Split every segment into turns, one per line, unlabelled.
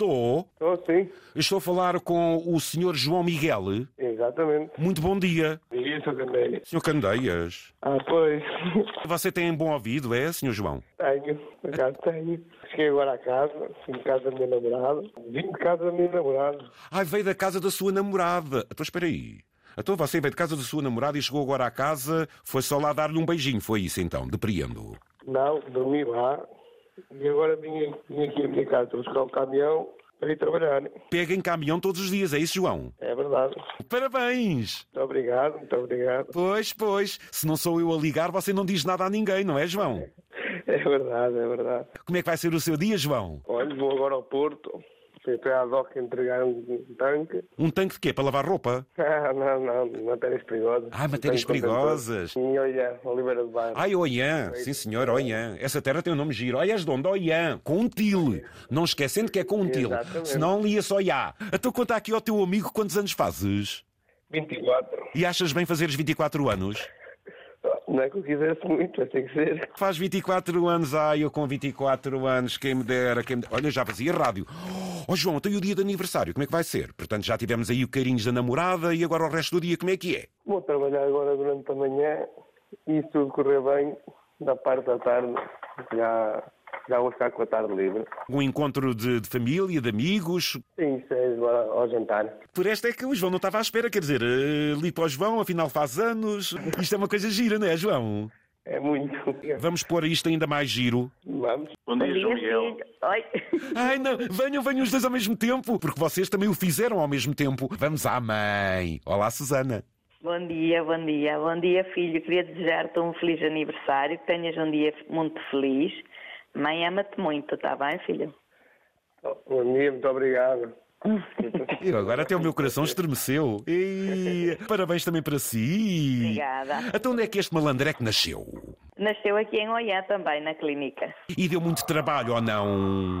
Estou.
Estou sim,
Estou a falar com o Sr. João Miguel.
exatamente.
Muito bom dia.
Isso também.
Sr. Candeias.
Ah, pois.
Você tem bom ouvido, é, Sr. João?
Tenho, por acaso tenho. Cheguei agora à casa, fui de casa da minha namorada. Vim de casa da minha namorada.
Ai, veio da casa da sua namorada. Então espera aí. Então você veio de casa da sua namorada e chegou agora à casa, foi só lá dar-lhe um beijinho, foi isso então, depreendo.
Não, dormi lá. E agora vim, vim aqui à minha casa para buscar o caminhão para ir trabalhar.
Pega em caminhão todos os dias, é isso, João?
É verdade.
Parabéns!
Muito obrigado, muito obrigado.
Pois, pois, se não sou eu a ligar, você não diz nada a ninguém, não é, João?
É verdade, é verdade.
Como é que vai ser o seu dia, João?
Olha, vou agora ao Porto. Fui para a DOC entregar um tanque.
Um tanque de quê? Para lavar roupa?
Ah, não, não, matérias perigosas.
Ah, matérias
Tenho
perigosas.
contentor. Em Olhã, Oliveira do Bairro.
Ai, Oiã, sim senhor, Oiã. Essa terra tem um nome giro. Olha as de onde? Oiã, com um til. Não esquecendo que é com um til.
Exatamente.
Senão lia só Iá. Então conta aqui ao teu amigo quantos anos fazes.
24.
E achas bem fazeres 24 anos?
Não é que eu quisesse muito, mas tem que ser.
Faz 24 anos, ai, eu com 24 anos, quem me dera, quem me dera. Olha, já fazia rádio. Oh João, tem o dia de aniversário, como é que vai ser? Portanto, já tivemos aí o carinhos da namorada e agora o resto do dia, como é que é?
Vou trabalhar agora durante a manhã e se tudo correr bem, da parte da tarde, já, já vou ficar com a tarde livre.
Um encontro de, de família, de amigos.
Sim, isso é agora ao jantar.
Por esta é que o João não estava à espera, quer dizer, eh, li para o João, afinal faz anos. Isto é uma coisa gira, não é, João?
É muito.
Vamos pôr isto ainda mais giro.
Vamos.
Bom dia, João Miguel.
filho. Oi.
Ai, não, venham, venham os dois ao mesmo tempo, porque vocês também o fizeram ao mesmo tempo. Vamos à mãe. Olá, Susana.
Bom dia, bom dia. Bom dia, filho. Queria desejar-te um feliz aniversário, que tenhas um dia muito feliz. Mãe ama-te muito, está bem, filho?
Bom dia, muito obrigado.
Eu agora até o meu coração estremeceu. E... Parabéns também para si.
Obrigada.
Então onde é que este malandreco nasceu?
Nasceu aqui em Oiã também, na clínica.
E deu muito trabalho ou não?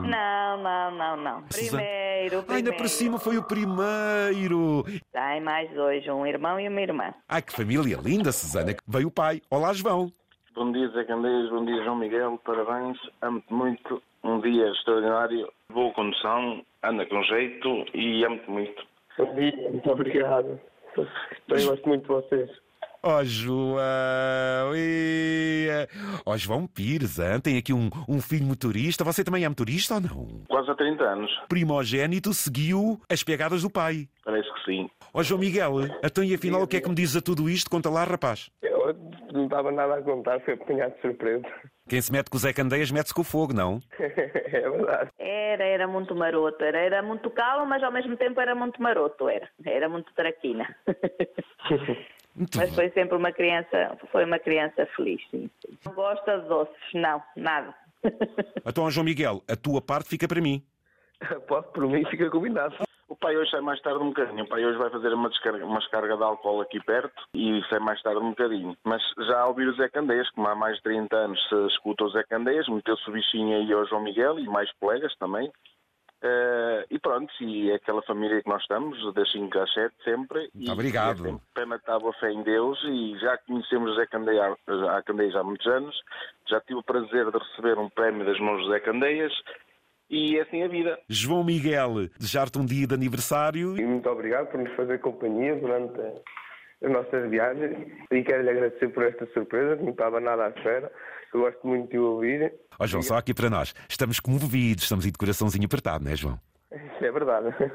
Não, não, não, não.
Susana.
Primeiro, primeiro.
Ai, Hum. ainda por cima foi o primeiro.
Tem mais dois, um irmão e uma irmã.
Ai, que família linda, Susana. Veio o pai. Olá, João.
Bom dia, Zé Candeias. Bom dia, João Miguel. Parabéns. Amo-te muito. Um dia extraordinário. Boa condução. Anda com jeito e amo-te muito.
Bom dia, muito obrigado. Eu gosto muito de vocês.
Ó João, e... eh, ó João Pires, hã? tem aqui um, um filho motorista. Você também é motorista ou não?
Quase há 30 anos.
Primogênito seguiu as pegadas do pai.
Parece que sim.
Ó João Miguel, então e afinal o que é que me dizes a tudo isto? Conta lá, rapaz.
Eu não estava nada a contar, foi apanhado de surpresa.
Quem se mete com o Zé Candeias mete-se com o fogo, não?
É verdade.
Era, era muito maroto. Era, era muito calmo, mas ao mesmo tempo era muito maroto. Era, era muito traquina.
Muito
Mas
bem.
foi sempre uma criança, foi uma criança feliz, sim. sim. Não gosta de doces, não, nada.
Então, ó João Miguel, a tua parte fica para mim.
Pode, por mim, fica combinado.
O pai hoje sai mais tarde um bocadinho. O pai hoje vai fazer uma descarga, uma descarga de álcool aqui perto e sai mais tarde um bocadinho. Mas já ao ouvir o Zé Candeias, como há mais de 30 anos se escuta o Zé Candeias, meteu-se o bichinho aí ao João Miguel e mais colegas também. Eh, e pronto, e é aquela família que nós estamos, das 5 às 7 sempre. E-
Muito obrigado.
E é sempre pé na tábua, fé em Deus. E já conhecemos o Zé Candeias, a Candeias há muitos anos. Já tive o prazer de receber um prémio das mãos do Zé Candeias. E é assim a vida.
João Miguel, desejar-te um dia de aniversário.
E muito obrigado por nos fazer companhia durante as nossas viagens. E quero lhe agradecer por esta surpresa, que não estava nada à espera. Eu gosto muito de o ouvir.
Ó João, só aqui para nós. Estamos comovidos, estamos aí de coraçãozinho apertado, não é, João?
Isso é verdade.